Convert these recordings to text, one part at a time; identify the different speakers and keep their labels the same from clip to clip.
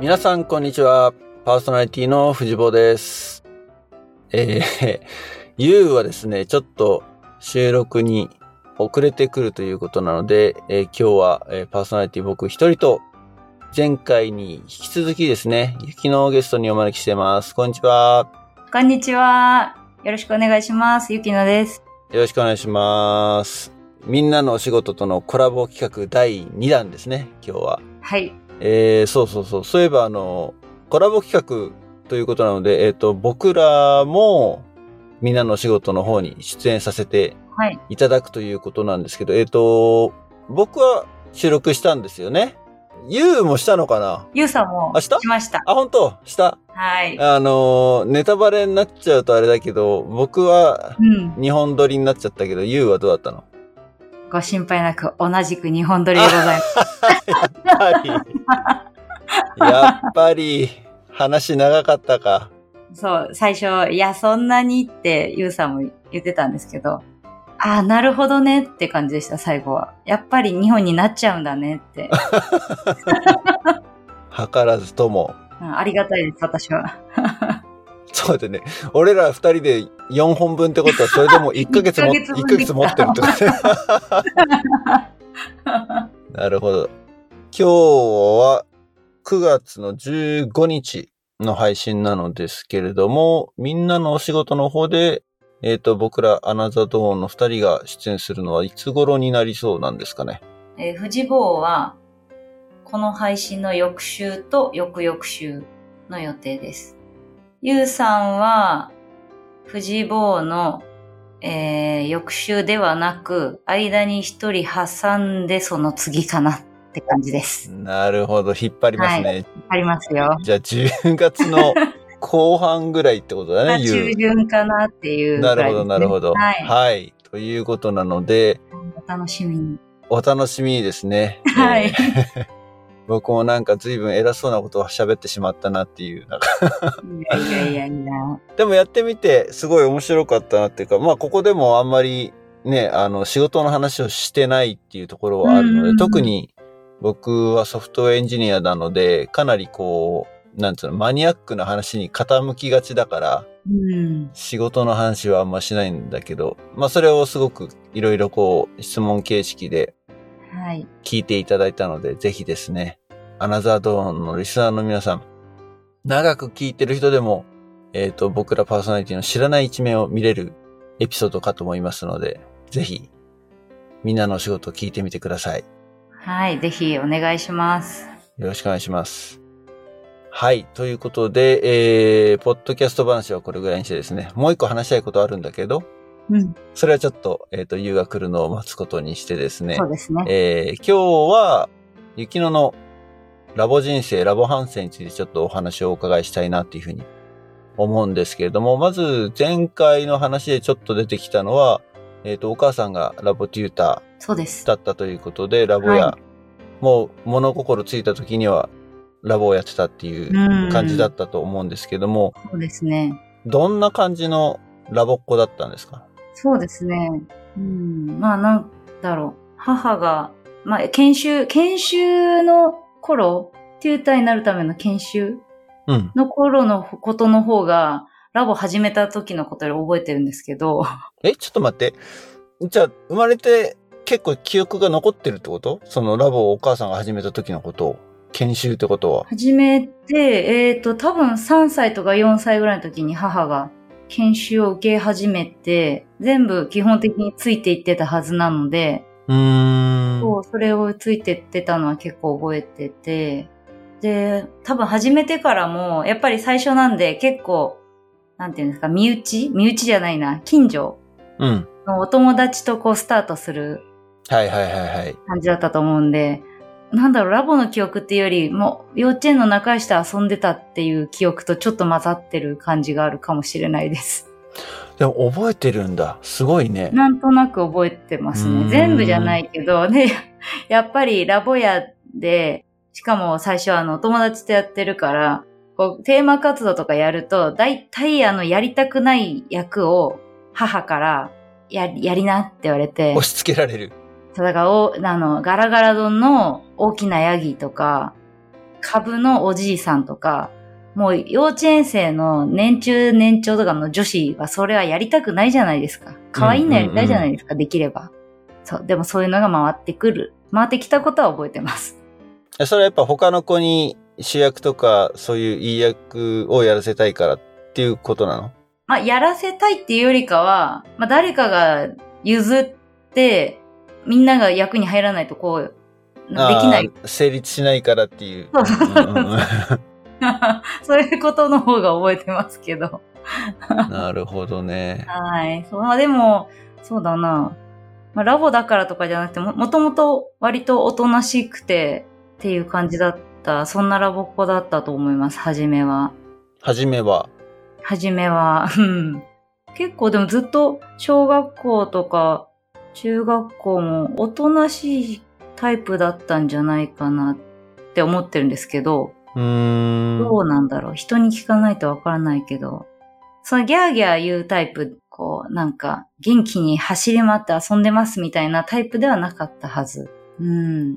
Speaker 1: 皆さん、こんにちは。パーソナリティの藤坊です。えー、 ゆうはですね、ちょっと収録に遅れてくるということなので、えー今日は、えーパーソナリティ僕一人と、前回に引き続きですね、雪のゲストにお招きしてます。こんにちは。
Speaker 2: こんにちは。よろしくお願いします。ゆきなです。
Speaker 1: よろしくお願いします。みんなのお仕事とのコラボ企画第2弾ですね、今日は。
Speaker 2: はい。
Speaker 1: えー、そうそうそう。そういえば、あの、コラボ企画ということなので、えっ、と、僕らも、みんなのお仕事の方に出演させて
Speaker 2: はい
Speaker 1: いただくということなんですけど、えっ、と、僕は収録したんですよね。ゆうもしたのかな
Speaker 2: ゆうさんも
Speaker 1: あした
Speaker 2: しました。
Speaker 1: あ、本当した。
Speaker 2: はい。
Speaker 1: あの、ネタバレになっちゃうとあれだけど、僕は
Speaker 2: うん。
Speaker 1: 日本撮りになっちゃったけど、ゆうはどうだったの
Speaker 2: ご心配なく同じく日本撮りでござ います。
Speaker 1: やっぱり。 やっぱり、話長かったか。
Speaker 2: そう、最初、いや、そんなにってゆうさんも言ってたんですけど、ああ、なるほどねって感じでした、最後は。やっぱり日本になっちゃうんだね って。
Speaker 1: 図らずとも。
Speaker 2: うんありがたいです、私は。
Speaker 1: そうだね。俺ら二人で4本分ってことは、それで も1ヶ月も、
Speaker 2: 一ヶ月分
Speaker 1: 1ヶ月持ってるってことね。 なるほど。今日は9月の15日の配信なのですけれども、みんなのお仕事の方で、えっ、と、僕らアナザードーンの二人が出演するのはいつ頃になりそうなんですかね。
Speaker 2: えー、藤坊は、この配信の翌週と翌々週の予定です。ゆうさんは、藤坊の、えー、翌週ではなく、間に一人挟んでその次かなって感じです。
Speaker 1: なるほど、引っ張りますね。
Speaker 2: ありますよ。
Speaker 1: じゃあ10月の後半ぐらいってことだ
Speaker 2: まあ
Speaker 1: ね、
Speaker 2: 中
Speaker 1: ゆ。
Speaker 2: 旬かなっていううぐ
Speaker 1: なる
Speaker 2: らい
Speaker 1: ほ
Speaker 2: で
Speaker 1: ど、
Speaker 2: す、ね。
Speaker 1: なるほど。
Speaker 2: はい。
Speaker 1: ということなので、
Speaker 2: お楽しみに。
Speaker 1: お楽しみにですね。
Speaker 2: はい
Speaker 1: えー僕もなんか随分偉そうなことを喋ってしまったなっていう。なんか
Speaker 2: いやいやいやいや。
Speaker 1: でもやってみてすごい面白かったなっていうか、まあここでもあんまりね、あの仕事の話をしてないっていうところはあるの
Speaker 2: う
Speaker 1: で、
Speaker 2: ん
Speaker 1: 特に僕はソフトウェアエンジニアなので、かなりこう、なんつうの、マニアックな話に傾きがちだから、
Speaker 2: うん。
Speaker 1: 仕事の話はあんましないんだけど、まあそれをすごくいろいろこう質問形式で
Speaker 2: はい。
Speaker 1: 聞いていただいたので、ぜひですね、アナザードーンのリスナーの皆さん、長く聞いてる人でも、えっ、と、僕らパーソナリティの知らない一面を見れるエピソードかと思いますので、ぜひ、みんなのお仕事を聞いてみてください。
Speaker 2: はい。ぜひお願いします。
Speaker 1: よろしくお願いします。はい。ということで、えー、ポッドキャスト話はこれぐらいにしてですね、もう一個話したいことあるんだけど、
Speaker 2: うん。
Speaker 1: それはちょっと、えっ、と、優が来るのを待つことにしてですね
Speaker 2: そ、うですね。
Speaker 1: えー今日は、ゆきののラボ人生、ラボ反省についてちょっとお話をお伺いしたいなっていうふうに思うんですけれども、まず前回の話でちょっと出てきたのは、えっ、と、お母さんがラボテュータ
Speaker 2: そうです
Speaker 1: ー。だったということで、ラボや、
Speaker 2: は
Speaker 1: もう物心ついた時にはラボをやってたっていう感じだったと思うんですけども、
Speaker 2: そうですね。
Speaker 1: どんな感じのラボっ子だったんですか
Speaker 2: そうですね。うん。まあ、なんだろう。母が、まあ、研修、研修の頃、テューターになるための研修
Speaker 1: うん。
Speaker 2: の頃のことの方が、ラボ始めた時のことより覚えてるんですけど、
Speaker 1: え、ちょっと待って。じゃあ、生まれて結構記憶が残ってるってことそのラボをお母さんが始めた時のことを。研修ってことは。
Speaker 2: 始めて、えっ、と、多分3歳とか4歳ぐらいの時に母が研修を受け始めて、全部基本的についていってたはずなので、
Speaker 1: うーん。
Speaker 2: そう、それをついてってたのは結構覚えてて、で、多分始めてからも、やっぱり最初なんで結構、なんていうんですか、身内身内じゃないな、近所
Speaker 1: うん。
Speaker 2: のお友達とこうスタートする
Speaker 1: はいはいはいはい。
Speaker 2: 感じだったと思うんで、なんだろう、ラボの記憶っていうより、もう幼稚園の仲良しと遊んでたっていう記憶とちょっと混ざってる感じがあるかもしれないです。
Speaker 1: でも覚えてるんだ。すごいね。
Speaker 2: なんとなく覚えてます
Speaker 1: うーん
Speaker 2: ね。全部じゃないけど、 で、やっぱりラボ屋で、しかも最初はあの、お友達とやってるから、こう、テーマ活動とかやると、大体あの、やりたくない役を母から、や、やりなって言われて
Speaker 1: 押、し付けられる。
Speaker 2: そうだからお、あの、ガラガラ丼の大きなヤギとか、株のおじいさんとか、もう幼稚園生の年中年長とかの女子はそれはやりたくないじゃないですか。可愛いのやりたいじゃないですか、できれば。そう。でもそういうのが回ってくる。回ってきたことは覚えてます。
Speaker 1: えそれはやっぱ他の子に主役とかそういういい役をやらせたいからっていうことなの
Speaker 2: まあ、やらせたいっていうよりかは、まあ、誰かが譲って、みんなが役に入らないとこう、できない。
Speaker 1: あー成立しないからって いう。
Speaker 2: そ
Speaker 1: う
Speaker 2: う
Speaker 1: んうんうん
Speaker 2: そういうことの方が覚えてますけど。
Speaker 1: なるほど ね。
Speaker 2: はい。そうまあ、でも、そうだな。まあ、ラボだからとかじゃなくても、もともと割とおとなしくてっていう感じだった。そんなラボっ子だったと思います、初めは。
Speaker 1: はじめは。
Speaker 2: 初めは。うん結構でもずっと小学校とか中学校もおとなしいタイプだったんじゃないかなって思ってるんですけど、
Speaker 1: うーん。
Speaker 2: どうなんだろう。人に聞かないとわからないけど、そのギャーギャー言うタイプ、こうなんか元気に走り回って遊んでますみたいなタイプではなかったはず。うん。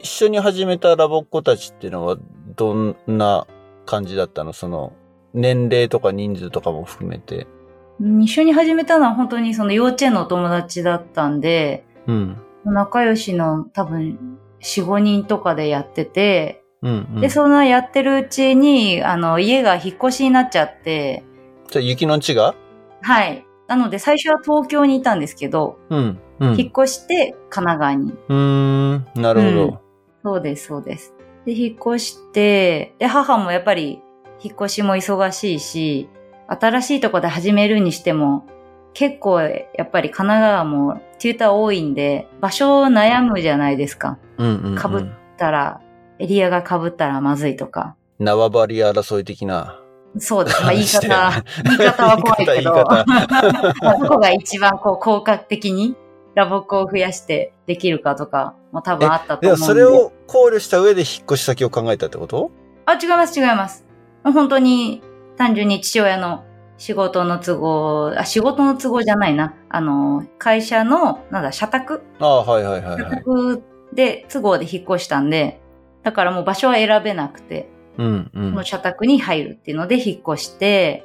Speaker 1: 一緒に始めたラボっ子たちっていうのはどんな感じだったのその年齢とか人数とかも含めて。
Speaker 2: うん一緒に始めたのは本当にその幼稚園のお友達だったんで、
Speaker 1: うん。
Speaker 2: 仲良しの多分4、5人とかでやってて、
Speaker 1: うん、うん。
Speaker 2: で、そんなやってるうちに、あの、家が引っ越しになっちゃって、
Speaker 1: じゃあ雪の地が
Speaker 2: はい。なので、最初は東京にいたんですけど、
Speaker 1: うん。うん。
Speaker 2: 引っ越して神奈川に。
Speaker 1: うーん。なるほど。
Speaker 2: そうです、そうです。で、引っ越して、で、母もやっぱり、引っ越しも忙しいし、新しいとこで始めるにしても、結構、やっぱり神奈川もテューター多いんで、場所を悩むじゃないですか。
Speaker 1: うんうん、うん。
Speaker 2: かぶったら、エリアが被ったらまずいとか。
Speaker 1: 縄張り争い的な。
Speaker 2: そうです。まあ、言 い
Speaker 1: して
Speaker 2: 方、言い方は怖いけど、
Speaker 1: 言い方言い
Speaker 2: まあどこが一番こう効果的にラボコを増やしてできるかとかも多分あったと
Speaker 1: で
Speaker 2: 思う
Speaker 1: もそ
Speaker 2: んで。
Speaker 1: れを考慮した上で引っ越し先を考えたってこと
Speaker 2: あ、違います、違います。もう本当に、単純に父親の仕事の都合、あ、仕事の都合じゃないな。あの、会社の、なんだ、社宅
Speaker 1: ああ、はいはいはい
Speaker 2: 社
Speaker 1: はい。
Speaker 2: 宅で、都合で引っ越したんで、だからもう場所は選べなくて。
Speaker 1: うんう
Speaker 2: こ
Speaker 1: ん
Speaker 2: の。社宅に入るっていうので引っ越して、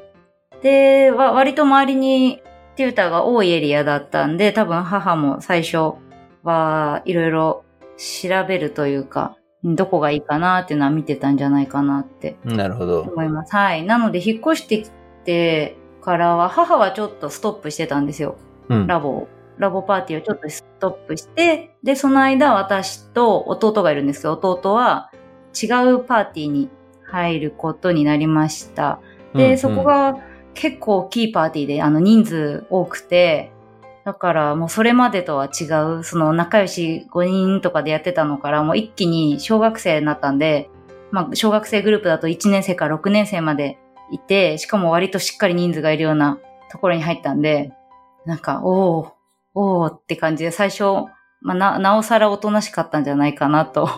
Speaker 2: で、わ割と周りにテューターが多いエリアだったんで、多分母も最初はいろいろ調べるというか、うんどこがいいかなっていうのは見てたんじゃないかなって
Speaker 1: なるほど。
Speaker 2: 思います。はい。なので引っ越してきてからは、母はちょっとストップしてたんですよ。
Speaker 1: うん。
Speaker 2: ラボを。ラボパーティーをちょっとストップして、で、その間私と弟がいるんですけど、弟は違うパーティーに入ることになりました。で、そこが結構大きいパーティーで、あの人数多くて、だからもうそれまでとは違う、その仲良し5人とかでやってたのから、もう一気に小学生になったんで、まあ小学生グループだと1年生から6年生までいて、しかも割としっかり人数がいるようなところに入ったんで、なんか、おー、おーって感じで、最初、まあ、な、なおさらおとなしかったんじゃないかなと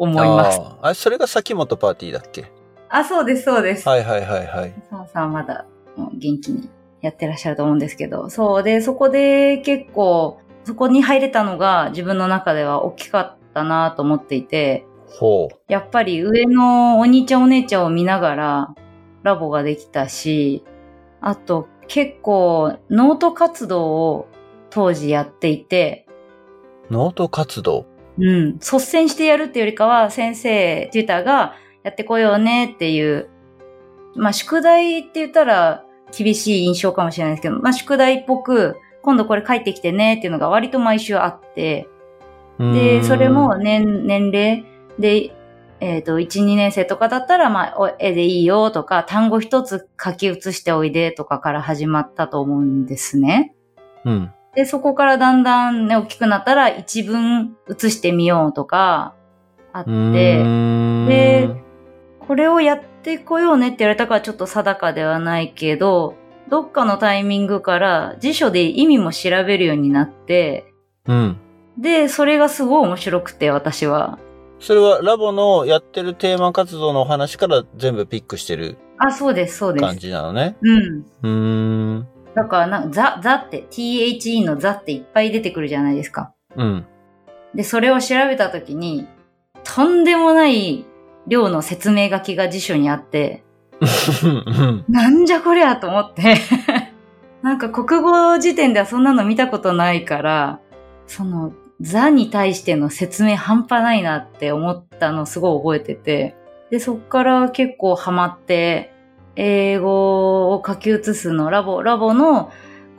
Speaker 2: 思います。
Speaker 1: あああれ、それが先元パーティーだっけ
Speaker 2: あ、そうです、そうです。
Speaker 1: はいはいはいはい。
Speaker 2: 澤さんはまだもう元気にやってらっしゃると思うんですけど、そうで、そこで結構、そこに入れたのが自分の中では大きかったなと思っていて、
Speaker 1: ほう。
Speaker 2: やっぱり上のお兄ちゃんお姉ちゃんを見ながらラボができたし、あと結構ノート活動を当時やっていて、
Speaker 1: ノート活動。
Speaker 2: うん、率先してやるっていうよりかは、先生、テューターがやってこようねっていう、まあ、宿題って言ったら厳しい印象かもしれないですけど、まあ、宿題っぽく、今度これ書いてきてねっていうのが割と毎週あって、
Speaker 1: うー
Speaker 2: で、
Speaker 1: ん
Speaker 2: それも。年、年齢で、えっ、と、1、2年生とかだったら、まあ、お絵でいいよとか、単語一つ書き写しておいでとかから始まったと思うんですね。
Speaker 1: うん。
Speaker 2: で、そこからだんだんね、大きくなったら一文移してみようとか、あっ
Speaker 1: うーん
Speaker 2: て、で、これをやってこようねって言われたからちょっと定かではないけど、どっかのタイミングから辞書で意味も調べるようになって、
Speaker 1: うん。
Speaker 2: で、それがすごい面白くて、私は。
Speaker 1: それはラボのやってるテーマ活動のお話から全部ピックしてる
Speaker 2: あ、そうです、そうで
Speaker 1: 感
Speaker 2: す。
Speaker 1: じなのね。
Speaker 2: うん。
Speaker 1: うーん。
Speaker 2: だからな、ザ、ザって、THE のザっていっぱい出てくるじゃないですか。
Speaker 1: うん。
Speaker 2: で、それを調べたときに、とんでもない寮の説明書きが辞書にあって、
Speaker 1: うん
Speaker 2: なんじゃこりゃと思って。 なんか国語辞典ではそんなの見たことないから、その、座に対しての説明半端ないなって思ったのすごい覚えてて。で、そっから結構ハマって、英語を書き写すの、ラボ、ラボのこ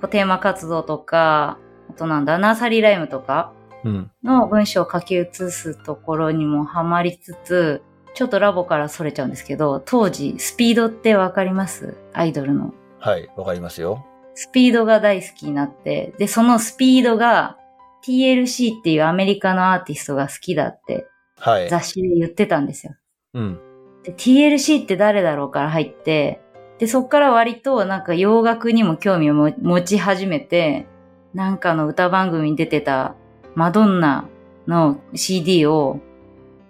Speaker 2: うテーマ活動とか、あとなんだ、ナーサリーライムとか、
Speaker 1: うん。
Speaker 2: の文章を書き写すところにもハマりつつ、ちょっとラボからそれちゃうんですけど、当時、スピードってわかりますアイドルの。
Speaker 1: はい、わかりますよ。
Speaker 2: スピードが大好きになって、で、そのスピードが TLC っていうアメリカのアーティストが好きだって
Speaker 1: はい。
Speaker 2: 雑誌で言ってたんですよ。
Speaker 1: うん。
Speaker 2: で、TLC って誰だろうから入って、で、そっから割となんか洋楽にも興味をも持ち始めて、なんかの歌番組に出てたマドンナの CD を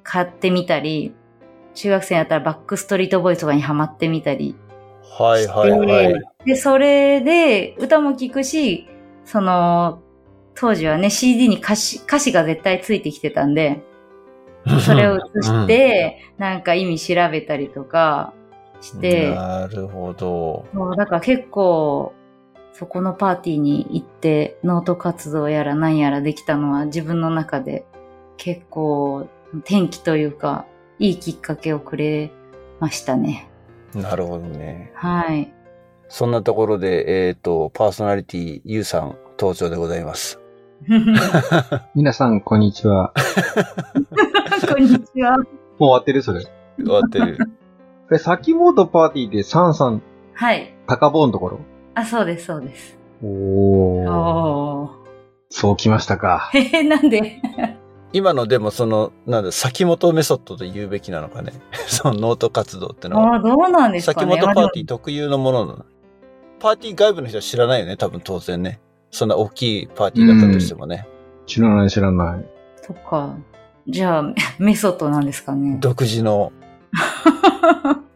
Speaker 2: 買ってみたり、中学生だったらバックストリートボーイズとかにハマってみたり。
Speaker 1: はい、はい、はい。
Speaker 2: で、それで歌も聴くし、その、当時はね、CD に歌詞、歌詞が絶対ついてきてたんで、それを映して、なんか意味調べたりとかして、
Speaker 1: なるほど。
Speaker 2: そう、だから結構、そこのパーティーに行って、ノート活動やら何やらできたのは自分の中で結構、転機というか、いいきっかけをくれましたね。
Speaker 1: なるほどね。
Speaker 2: はい。
Speaker 1: そんなところで、えっ、と、パーソナリティ、ゆうさん、登場でございます。
Speaker 3: 皆さん、こんにちは。
Speaker 2: こんにちは。
Speaker 3: もう終わってるそれ。こ
Speaker 1: 終わってる。
Speaker 3: れ、先モードパーティーでサンさん、
Speaker 2: はい。
Speaker 3: 高棒のところ。
Speaker 2: あ、そうです、そうです。
Speaker 3: おー。
Speaker 2: おー。
Speaker 3: そうきましたか。
Speaker 2: へへ、なんで
Speaker 1: 今のでもその、なんだ、先元メソッドと言うべきなのかね。 そのノート活動ってのは。
Speaker 2: あーどうなんですか
Speaker 1: 先
Speaker 2: ね。
Speaker 1: 元パーティー
Speaker 2: ー。
Speaker 1: 特有のものなの。パーティー外部の人は知らないよね、多分当然ね。そんな大きいパーティーだったとしてもね。
Speaker 3: 知らない知らない。
Speaker 2: そっか。じゃあ、メソッドなんですかね。
Speaker 1: 独自の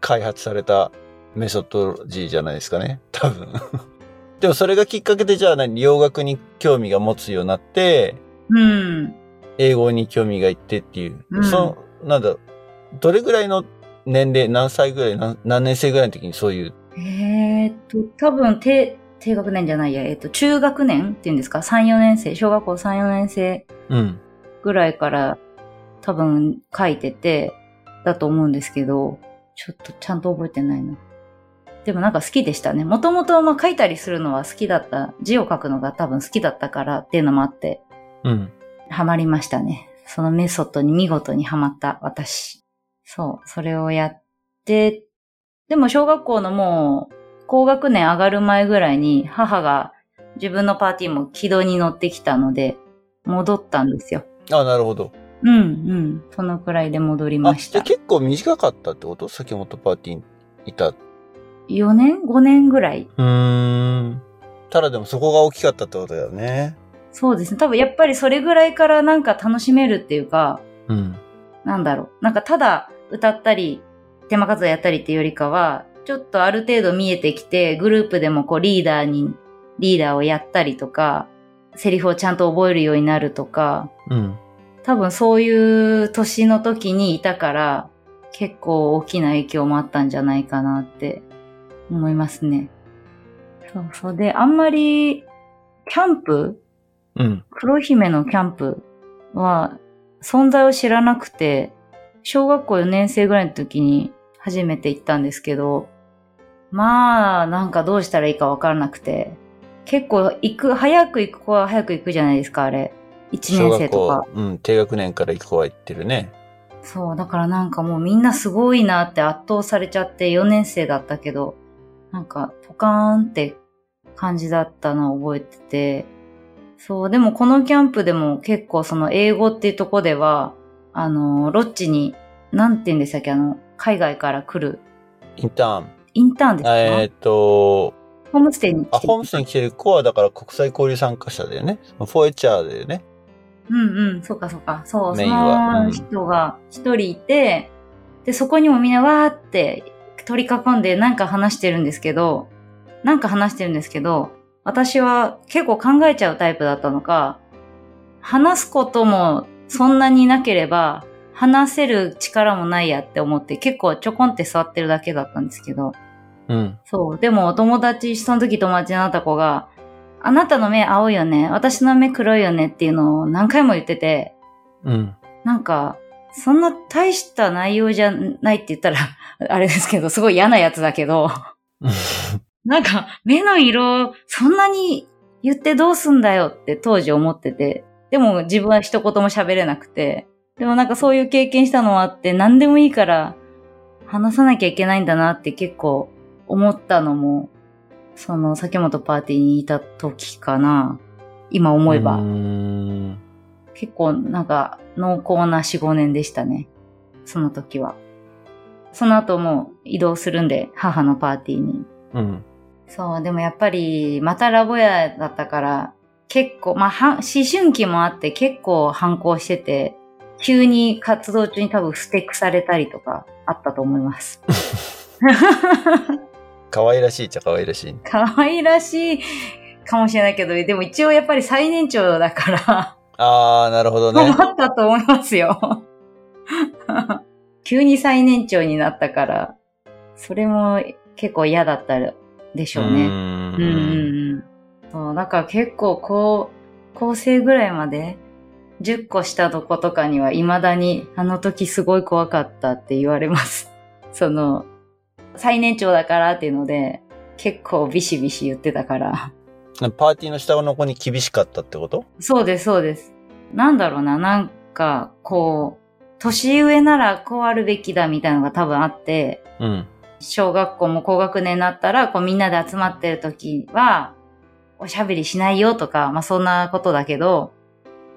Speaker 1: 開発されたメソッドジーじゃないですかね。多分。 でもそれがきっかけでじゃあ何洋楽に興味が持つようになって、
Speaker 2: うん。
Speaker 1: 英語に興味がいってっていう。
Speaker 2: うん
Speaker 1: その、なんだ、どれぐらいの年齢、何歳ぐらい、何何年生ぐらいの時にそういう、
Speaker 2: えー、っと、多分、低、低学年じゃないや、えーっと、中学年っていうんですか ?3、4年生、小学校3、4年生
Speaker 1: うん。
Speaker 2: ぐらいから多分書いてて、だと思うんですけど、ちょっとちゃんと覚えてないな。でもなんか好きでしたね。もともとまあ書いたりするのは好きだった、字を書くのが多分好きだったからっていうのもあって、
Speaker 1: うん。
Speaker 2: ハマりましたね。そのメソッドに見事にハマった私。そう、それをやって、でも小学校のもう高学年上がる前ぐらいに母が自分のパーティーも軌道に乗ってきたので戻ったんですよ。
Speaker 1: あ、なるほど。
Speaker 2: うんうん。そのくらいで戻り
Speaker 1: あ、
Speaker 2: まし
Speaker 1: じゃあ
Speaker 2: た。
Speaker 1: 結構短かったってこと先ほどパーティーにいた。う
Speaker 2: 4年 ?5 年ぐらい
Speaker 1: ーん。ただでもそこが大きかったってことだよね。
Speaker 2: そうですね。多分やっぱりそれぐらいからなんか楽しめるっていうか、
Speaker 1: うん。
Speaker 2: なんだろう。なんかただ歌ったり、手間活動やったりっていうよりかは、ちょっとある程度見えてきて、グループでもこうリーダーに、リーダーをやったりとか、セリフをちゃんと覚えるようになるとか、
Speaker 1: うん。
Speaker 2: 多分そういう年の時にいたから、結構大きな影響もあったんじゃないかなって思いますね。そうそう。で、あんまり、キャンプ
Speaker 1: うん。
Speaker 2: 黒姫のキャンプは存在を知らなくて、小学校4年生ぐらいの時に初めて行ったんですけど、まあ、なんかどうしたらいいかわからなくて、結構行く、早く行く子は早く行くじゃないですか、あれ。1
Speaker 1: 小
Speaker 2: 年
Speaker 1: 学
Speaker 2: 生とか
Speaker 1: 校。、うん、低学年から行く子は行ってるね。
Speaker 2: そう、だからなんかもうみんなすごいなって圧倒されちゃって4年生だったけど、なんかポカーンって感じだったのを覚えてて、そう、でもこのキャンプでも結構その英語っていうとこでは、あの、ロッチに、なんて言うんでしたっけ、あの、海外から来る、
Speaker 1: インターン。
Speaker 2: インターンですか、
Speaker 1: えーっと、
Speaker 2: ホームステイに来
Speaker 1: あ、
Speaker 2: て
Speaker 1: ホームステイに来てる子はだから国際交流参加者だよね。フォーエチャーだよね。
Speaker 2: うんうん、そうかそうか。そう、そ
Speaker 1: メインはうん
Speaker 2: の人が一人いて、で、そこにもみんなわーって取り囲んでなんか話してるんですけど、なんか話してるんですけど、私は結構考えちゃうタイプだったのか、話すこともそんなになければ、話せる力もないやって思って、結構ちょこんって座ってるだけだったんですけど、
Speaker 1: うん。
Speaker 2: そう。でもお友達、その時友達になった子が、あなたの目青いよね、私の目黒いよねっていうのを何回も言ってて、
Speaker 1: うん。
Speaker 2: なんか、そんな大した内容じゃないって言ったら、 あれですけど、すごい嫌なやつだけど、なんか、目の色、そんなに言ってどうすんだよって当時思ってて、でも自分は一言も喋れなくて、でもなんかそういう経験したのもあって、何でもいいから話さなきゃいけないんだなって結構思ったのも、その、酒本パーティーにいた時かな、今思えば。
Speaker 1: うーん
Speaker 2: 結構なんか濃厚な4、5年でしたね。その時は。その後もう移動するんで、母のパーティーに。
Speaker 1: うん。
Speaker 2: そう、でもやっぱり、またラボ屋だったから、結構、まあ、はん思春期もあって結構反抗してて、急に活動中に多分ステックされたりとかあったと思います。
Speaker 1: 可愛らしいっちゃ可愛らしいね。
Speaker 2: 可愛らしいかもしれないけど、でも一応やっぱり最年長だから、
Speaker 1: あー、なるほどね。
Speaker 2: 困ったと思いますよ。 急に最年長になったから、それも結構嫌だったでしょうね。
Speaker 1: ー
Speaker 2: うんうんうん。そう、だから結構こう、高生ぐらいまで、10個下の子とかには未だに、あの時すごい怖かったって言われます。 その、最年長だからっていうので、結構ビシビシ言ってたから。
Speaker 1: パーティーの下の子に厳しかったってこと
Speaker 2: そうです、そうです。なんだろうな、なんか、こう、年上ならこうあるべきだみたいなのが多分あって、
Speaker 1: うん。
Speaker 2: 小学校も高学年になったら、こうみんなで集まってる時は、おしゃべりしないよとか、まあそんなことだけど、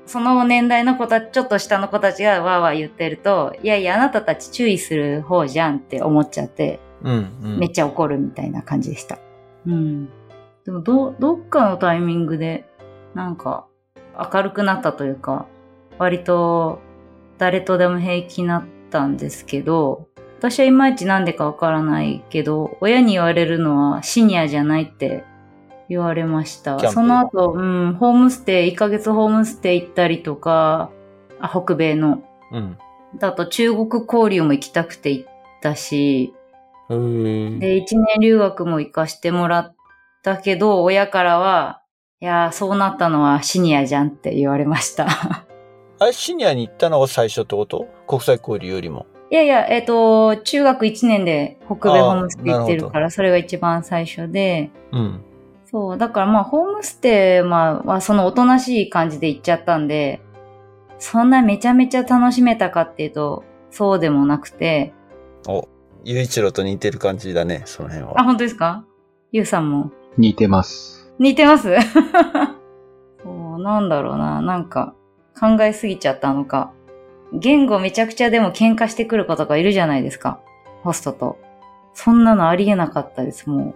Speaker 2: その年代の子たち、ちょっと下の子たちがわーわー言ってると、いやいや、あなたたち注意する方じゃんって思っちゃって、
Speaker 1: うん、う
Speaker 2: めっ
Speaker 1: ん。
Speaker 2: ちゃ怒るみたいな感じでした。うん。でも、ど、どっかのタイミングで、なんか、明るくなったというか、割と、誰とでも平気になったんですけど、私はいまいちなんでかわからないけど、親に言われるのはシニアじゃないって言われまし
Speaker 1: キャン
Speaker 2: た。
Speaker 1: プ
Speaker 2: その後、うん、ホームステイ、1ヶ月ホームステイ行ったりとか、あ北米の。
Speaker 1: うん。
Speaker 2: だと中国交流も行きたくて行ったし、
Speaker 1: うーん。
Speaker 2: で、一年留学も行かしてもらったけど、親からは、いやー、そうなったのはシニアじゃんって言われました。
Speaker 1: あれ、シニアに行ったのが最初ってこと国際交流よりも。
Speaker 2: いやいや、えっ、と、中学一年で北米
Speaker 1: あー
Speaker 2: ホームステイ行ってるから、それが一番最初で、
Speaker 1: うん。
Speaker 2: そう、だからまあ、ホームステイまあは、そのおとなしい感じで行っちゃったんで、そんなめちゃめちゃ楽しめたかっていうと、そうでもなくて、
Speaker 1: 雄一郎と似てる感じだね、その辺
Speaker 2: あ、
Speaker 1: は。
Speaker 2: 本当ですかゆうさんも
Speaker 3: 似てます。
Speaker 2: 似てます そう、なんだろうな。なんか、考えすぎちゃったのか。言語めちゃくちゃでも喧嘩してくる子とかいるじゃないですか。ホストと。そんなのありえなかったです、もう。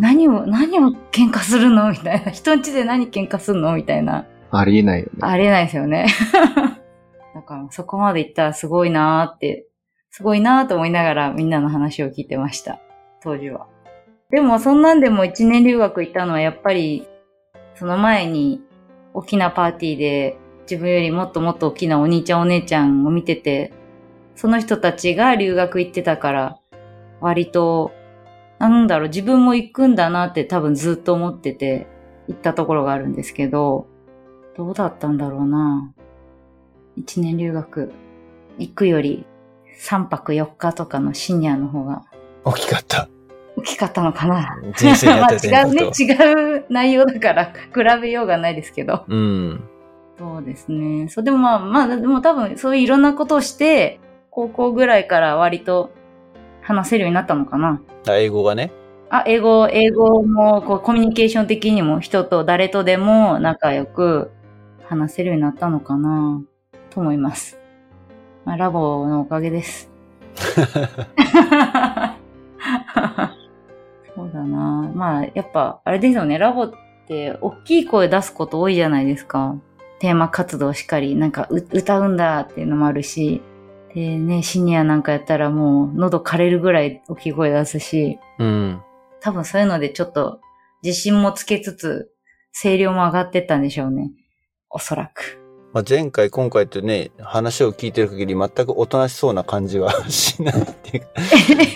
Speaker 2: 何を、何を喧嘩するのみたいな。人んちで何喧嘩すんのみたいな。
Speaker 3: ありえないよね。
Speaker 2: ありえないですよね。 だから、そこまで行ったらすごいなーって、すごいなーと思いながらみんなの話を聞いてました。当時は。でも、そんなんでも一年留学行ったのはやっぱり、その前に大きなパーティーで自分よりもっともっと大きなお兄ちゃんお姉ちゃんを見てて、その人たちが留学行ってたから、割と、なんだろう、自分も行くんだなって多分ずっと思ってて、行ったところがあるんですけど、どうだったんだろうな一年留学行くより3泊4日とかのシニアの方が
Speaker 1: 大きかった。
Speaker 2: 大きかったのかな
Speaker 1: 人生にあった
Speaker 2: まあ違うね
Speaker 1: 全、国
Speaker 2: 違う内容だから比べようがないですけど。
Speaker 1: と。うん。
Speaker 2: そうですね。そう、でもまあ、まあ、でも多分そういういろんなことをして、高校ぐらいから割と話せるようになったのかな。
Speaker 1: あ英語がね。
Speaker 2: あ、英語、英語も、こう、コミュニケーション的にも人と誰とでも仲良く話せるようになったのかなと思います。まあ、ラボのおかげです。 そうだなまあ、やっぱ、あれですよね、ラボって大きい声出すこと多いじゃないですか。テーマ活動しっかり、なんかう歌うんだっていうのもあるし、でね、シニアなんかやったらもう喉枯れるぐらい大きい声出すし、
Speaker 1: うん。
Speaker 2: 多分そういうのでちょっと自信もつけつつ、声量も上がってったんでしょうね。おそらく。
Speaker 1: まあ、前回、今回とね、話を聞いてる限り全くおとなしそうな感じは しないってい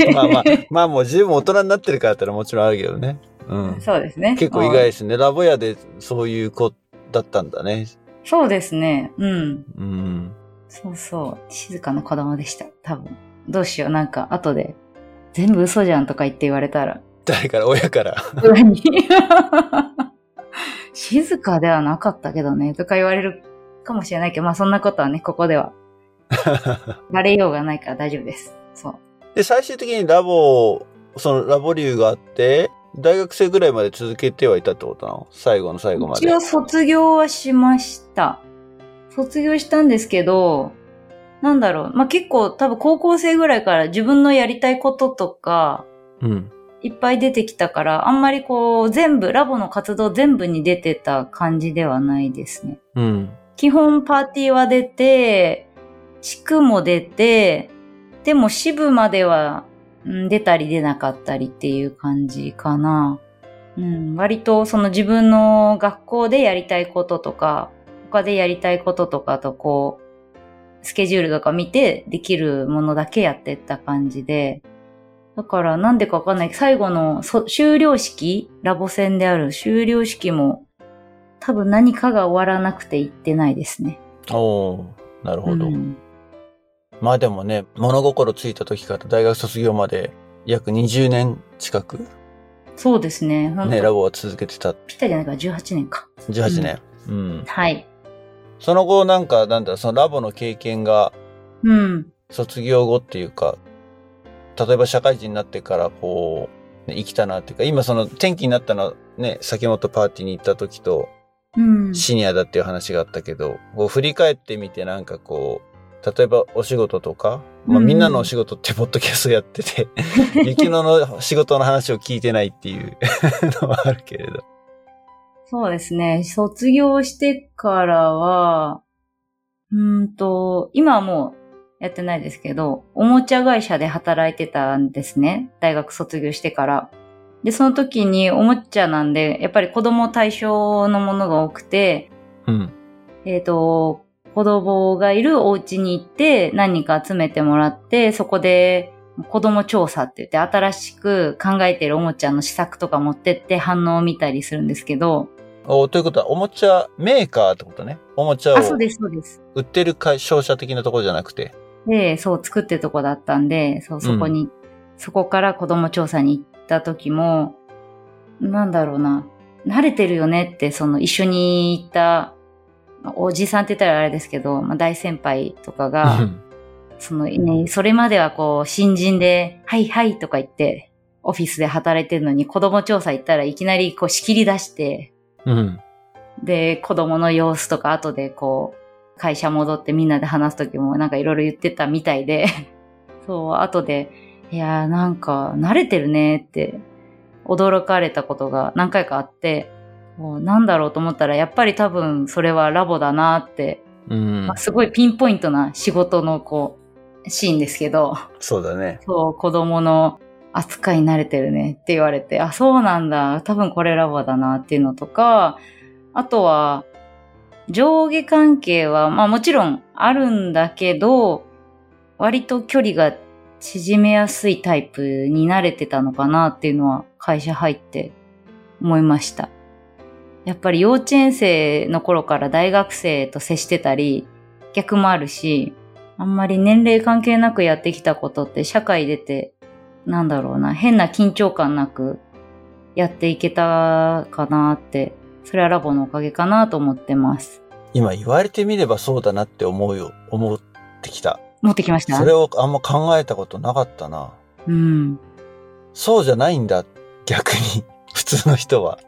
Speaker 1: うか。まあまあ、まあもう十分大人になってるからだった らもちろんあるけどね。うん。
Speaker 2: そうですね。
Speaker 1: 結構意外ですね。ラボ屋でそういう子だったんだね。
Speaker 2: うんそうですね。うん。
Speaker 1: うん。
Speaker 2: そうそう。静かな子供でした。多分。どうしよう。なんか、後で、全部嘘じゃんとか言って言われ たら。
Speaker 1: 誰から、親から。
Speaker 2: 裏に静かではなかったけどね、とか言われるかもしれないけど、まあそんなことはね、ここではバレようがないから大丈夫です。そう。
Speaker 1: で、最終的にラボ、そのラボ流があって、大学生ぐらいまで続けてはいたってことなの最後の最後まで。
Speaker 2: 一応卒業はしました。卒業したんですけど、なんだろう。まあ、結構多分高校生ぐらいから自分のやりたいこととか、
Speaker 1: うん。
Speaker 2: いっぱい出てきたから、あんまりこう、全部、ラボの活動全部に出てた感じではないですね。
Speaker 1: うん。
Speaker 2: 基本パーティーは出て、地区も出て、でも支部までは、うん出たり出なかったりっていう感じかな。うん、割とその自分の学校でやりたいこととか、他でやりたいこととかとこう、スケジュールとか見てできるものだけやってった感じで、だからなんでかわかんない。最後のそ終了式ラボ戦である終了式も多分何かが終わらなくて行ってないですね。
Speaker 1: おおーなるほど。
Speaker 2: うん
Speaker 1: まあでもね、物心ついた時から大学卒業まで約20年近く、
Speaker 2: そうですね。本当
Speaker 1: ね、ラボは続けてた。
Speaker 2: ピタじゃないから18年か。
Speaker 1: 18年。うん。
Speaker 2: はい。
Speaker 1: その後なんか、なんだ、そのラボの経験が
Speaker 2: うん。
Speaker 1: 卒業後っていうか、例えば社会人になってからこう、ね生きたなっていうか、今その転機になったのはね、先本パーティーに行った時と、
Speaker 2: うん。
Speaker 1: シニアだっていう話があったけど、こう振り返ってみてなんかこう、例えばお仕事とか、まあ、
Speaker 2: うん
Speaker 1: みんなのお仕事ってポッドキャストやって て、ゆきのの仕事の話を聞いてないっていう のはあるけれど。
Speaker 2: そうですね。卒業してからは、うーんと、今はもうやってないですけど、おもちゃ会社で働いてたんですね。大学卒業してから。で、その時におもちゃなんで、やっぱり子供対象のものが多くて、
Speaker 1: うん。
Speaker 2: えっ、と、子供がいるお家に行って何人か集めてもらって、そこで子供調査って言って新しく考えてるおもちゃの試作とか持ってって反応を見たりするんですけど、
Speaker 1: おということは、おもちゃメーカーってことね。おもちゃを
Speaker 2: あ、そうです、そうです。
Speaker 1: 売ってる会商社的なところじゃなくて。
Speaker 2: で、そう作ってるとこだったんで、そう、そこに、そこから子供調査に行った時も、なんだろうな、慣れてるよねって、その一緒に行った、まあおじさんって言ったらあれですけど、まあ、大先輩とかが、そのね、それまではこう、新人で、はいはいとか言って、オフィスで働いてるのに、子供調査行ったらいきなりこう仕切り出して、
Speaker 1: うん。
Speaker 2: で、子供の様子とか後でこう、会社戻ってみんなで話す時もなんかいろいろ言ってたみたいで、 そう、後で、いやーなんか慣れてるねって、驚かれたことが何回かあって、もうなんだろうと思ったら、やっぱり多分それはラボだなって、
Speaker 1: うん
Speaker 2: まあ、。すごいピンポイントな仕事のこう、シーンですけど、
Speaker 1: そうだね。
Speaker 2: そう、子供の扱いに慣れてるねって言われて、あ、そうなんだ。多分これラボだなっていうのとか、あとは、上下関係は、まあもちろんあるんだけど、割と距離が縮めやすいタイプに慣れてたのかなっていうのは会社入って思いました。やっぱり幼稚園生の頃から大学生と接してたり、逆もあるし、あんまり年齢関係なくやってきたことって社会出て、なんだろうな、変な緊張感なくやっていけたかなって、それはラボのおかげかなと思ってます。
Speaker 1: 今言われてみればそうだなって思うよ、思ってきた。
Speaker 2: 持ってきました
Speaker 1: それをあんま考えたことなかったな。
Speaker 2: うん。
Speaker 1: そうじゃないんだ、逆に。 普通の人は。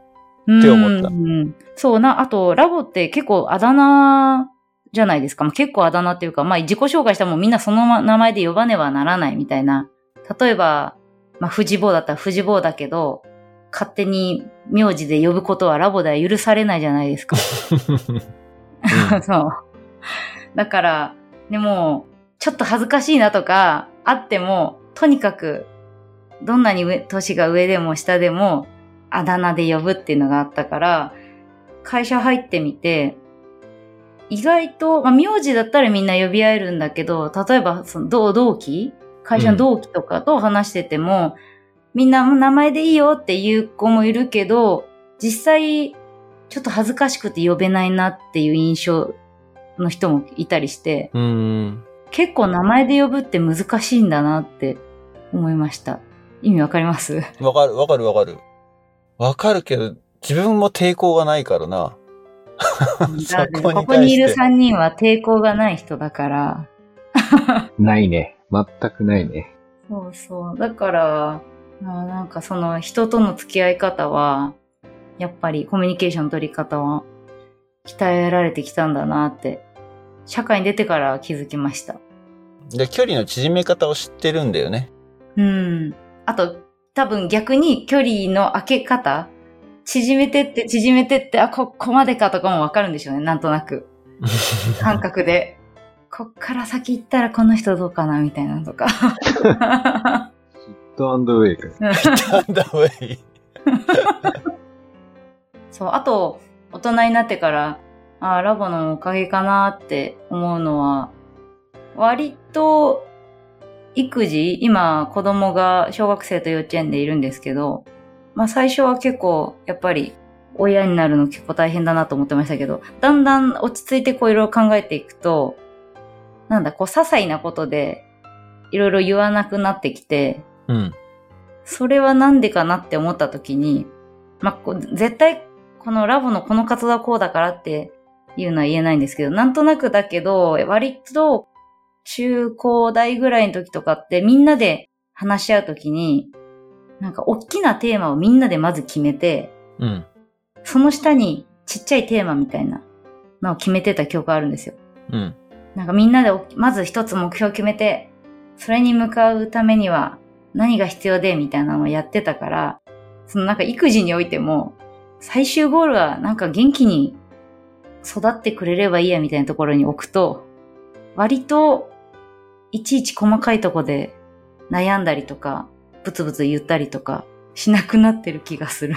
Speaker 2: って
Speaker 1: 思った
Speaker 2: うん。そうな、あと、ラボって結構あだ名じゃないですか。まあ、結構あだ名っていうか、まあ、自己紹介したらもうみんなその名前で呼ばねばならないみたいな。例えば、まあ、藤坊だったら藤坊だけど、勝手に名字で呼ぶことはラボでは許されないじゃないで すか。そう。だから、でも、ちょっと恥ずかしいなとか、あっても、とにかく、どんなに上年が上でも下でも、あだ名で呼ぶっていうのがあったから、会社入ってみて、意外と、まあ、名字だったらみんな呼び合えるんだけど、例えば、その、同、同期会社の同期とかと話してても、みんなもう名前でいいよっていう子もいるけど、実際、ちょっと恥ずかしくて呼べないなっていう印象の人もいたりして、
Speaker 1: うん。
Speaker 2: 結構名前で呼ぶって難しいんだなって思いました。意味わかります
Speaker 1: わかる、わかる、わかる。わかるけど、自分も抵抗がないからな。
Speaker 2: だってここにいる3人は抵抗がない人だから。
Speaker 3: ないね。全くないね。
Speaker 2: そうそう。だから、まあなんかその人との付き合い方は、やっぱりコミュニケーションの取り方は鍛えられてきたんだなって、社会に出てから気づきました。
Speaker 1: で、距離の縮め方を知ってるんだよ ね。
Speaker 2: うん。あと、多分逆に距離の開け方、縮めてって縮めてって、あ、こここまでかとかもわかるんでしょうね、なんとなく。 感覚で。こっから先行ったらこの人どうかな、みたいなのとか。
Speaker 3: ヒットアンドウェイク。
Speaker 1: なんだ、おい。
Speaker 2: そう、あと、大人になってから、ああ、ラボのおかげかなって思うのは、割と、育児、今、子供が小学生と幼稚園でいるんですけど、まあ最初は結構、やっぱり、親になるの結構大変だなと思ってましたけど、だんだん落ち着いてこういろいろ考えていくと、なんだ、こう、些細なことで、いろいろ言わなくなってきて、
Speaker 1: うん。
Speaker 2: それはなんでかなって思った時に、まあこう、絶対このラボのこの活動はこうだからっていうのは言えないんですけど、なんとなくだけど、割と中高大ぐらいの時とかってみんなで話し合う時に、なんか大きなテーマをみんなでまず決めて、
Speaker 1: うん。
Speaker 2: その下にちっちゃいテーマみたいなのを決めてた記憶があるんですよ。
Speaker 1: うん。
Speaker 2: なんかみんなでおまず一つ目標を決めて、それに向かうためには何が必要でみたいなのをやってたから、そのなんか育児においても、最終ゴールはなんか元気に育ってくれればいいやみたいなところに置くと、割といちいち細かいとこで悩んだりとか、ブツブツ言ったりとかしなくなってる気がする。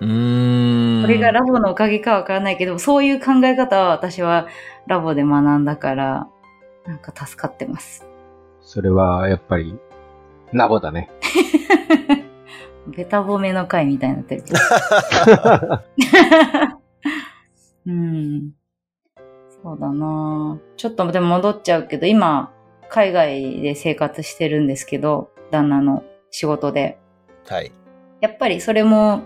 Speaker 1: うーん。
Speaker 2: これがラボのおかげかわからないけど、そういう考え方は私はラボで学んだから、なんか助かってます。
Speaker 3: それは、やっぱり、ラボだね。
Speaker 2: ベタ褒めの回みたいになってる けど。うん。そうだなぁちょっとでも戻っちゃうけど、今、海外で生活してるんですけど、旦那の仕事で。
Speaker 1: はい。
Speaker 2: やっぱりそれも、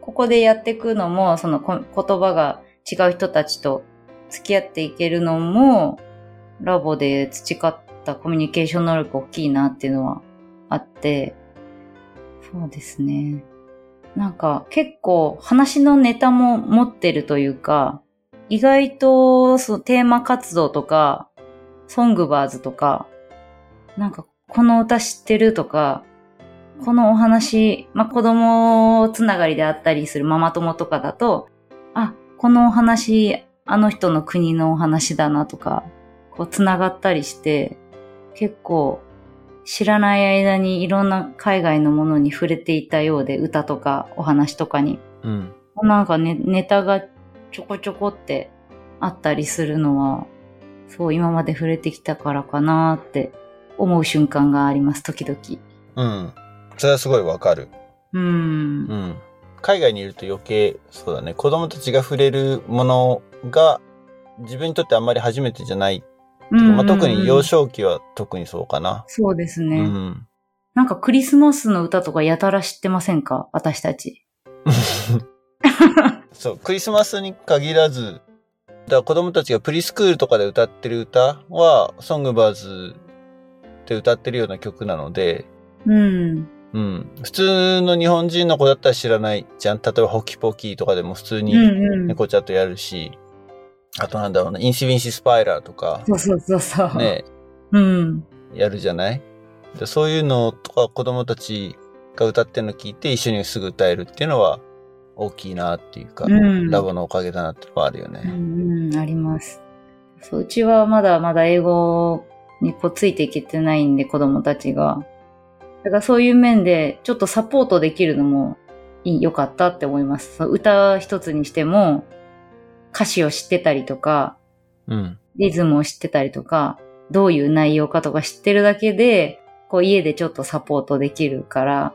Speaker 2: ここでやっていくのも、そのこ言葉が違う人たちと付き合っていけるのも、ラボで培ったコミュニケーション能力大きいなっていうのはあって、そうですね。なんか結構話のネタも持ってるというか、意外とそのテーマ活動とか、ソングバーズとか、なんかこの歌知ってるとか、このお話、まあ、子供つながりであったりするママ友とかだと、あ、このお話、あの人の国のお話だなとか、こうつながったりして、結構知らない間にいろんな海外のものに触れていたようで、歌とかお話とかに。
Speaker 1: うん。
Speaker 2: なんかね、ネタがちょこちょこってあったりするのは、そう今まで触れてきたからかなーって思う瞬間があります、時々。
Speaker 1: うん。それはすごいわかる。
Speaker 2: うーん
Speaker 1: う。ん。海外にいると余計、そうだね、子供たちが触れるものが、自分にとってあんまり初めてじゃないっていうか。まあ、特に幼少期は特にそうかな。
Speaker 2: そうです
Speaker 1: う
Speaker 2: ね、
Speaker 1: ん。
Speaker 2: なんかクリスマスの歌とかやたら知ってませんか私たち。
Speaker 1: そう、クリスマスに限らず、だから子供たちがプリスクールとかで歌ってる歌は、ソングバーズで歌ってるような曲なので、
Speaker 2: うん。
Speaker 1: うん。普通の日本人の子だったら知らないじゃん。例えば、ホキポキとかでも普通
Speaker 2: う
Speaker 1: に
Speaker 2: んうん。
Speaker 1: 猫ちゃんとやるし、あとなんだろうな、インシビンシスパイラーとか、
Speaker 2: そうそうそうそう。
Speaker 1: ね、
Speaker 2: うん。
Speaker 1: やるじゃないでそういうのとか子供たちが歌ってるの聞いて一緒にすぐ歌えるっていうのは大きいなっていうか、
Speaker 2: うん
Speaker 1: ラボのおかげだなってのはあるよ
Speaker 2: う
Speaker 1: ね。
Speaker 2: んうん、あります。そう、うちはまだまだ英語にこうついていけてないんで、子供たちが。だからそういう面で、ちょっとサポートできるのもいい良かったって思います。そう歌一つにしても、歌詞を知ってたりとか、
Speaker 1: うん。
Speaker 2: リズムを知ってたりとか、どういう内容かとか知ってるだけで、こう家でちょっとサポートできるから、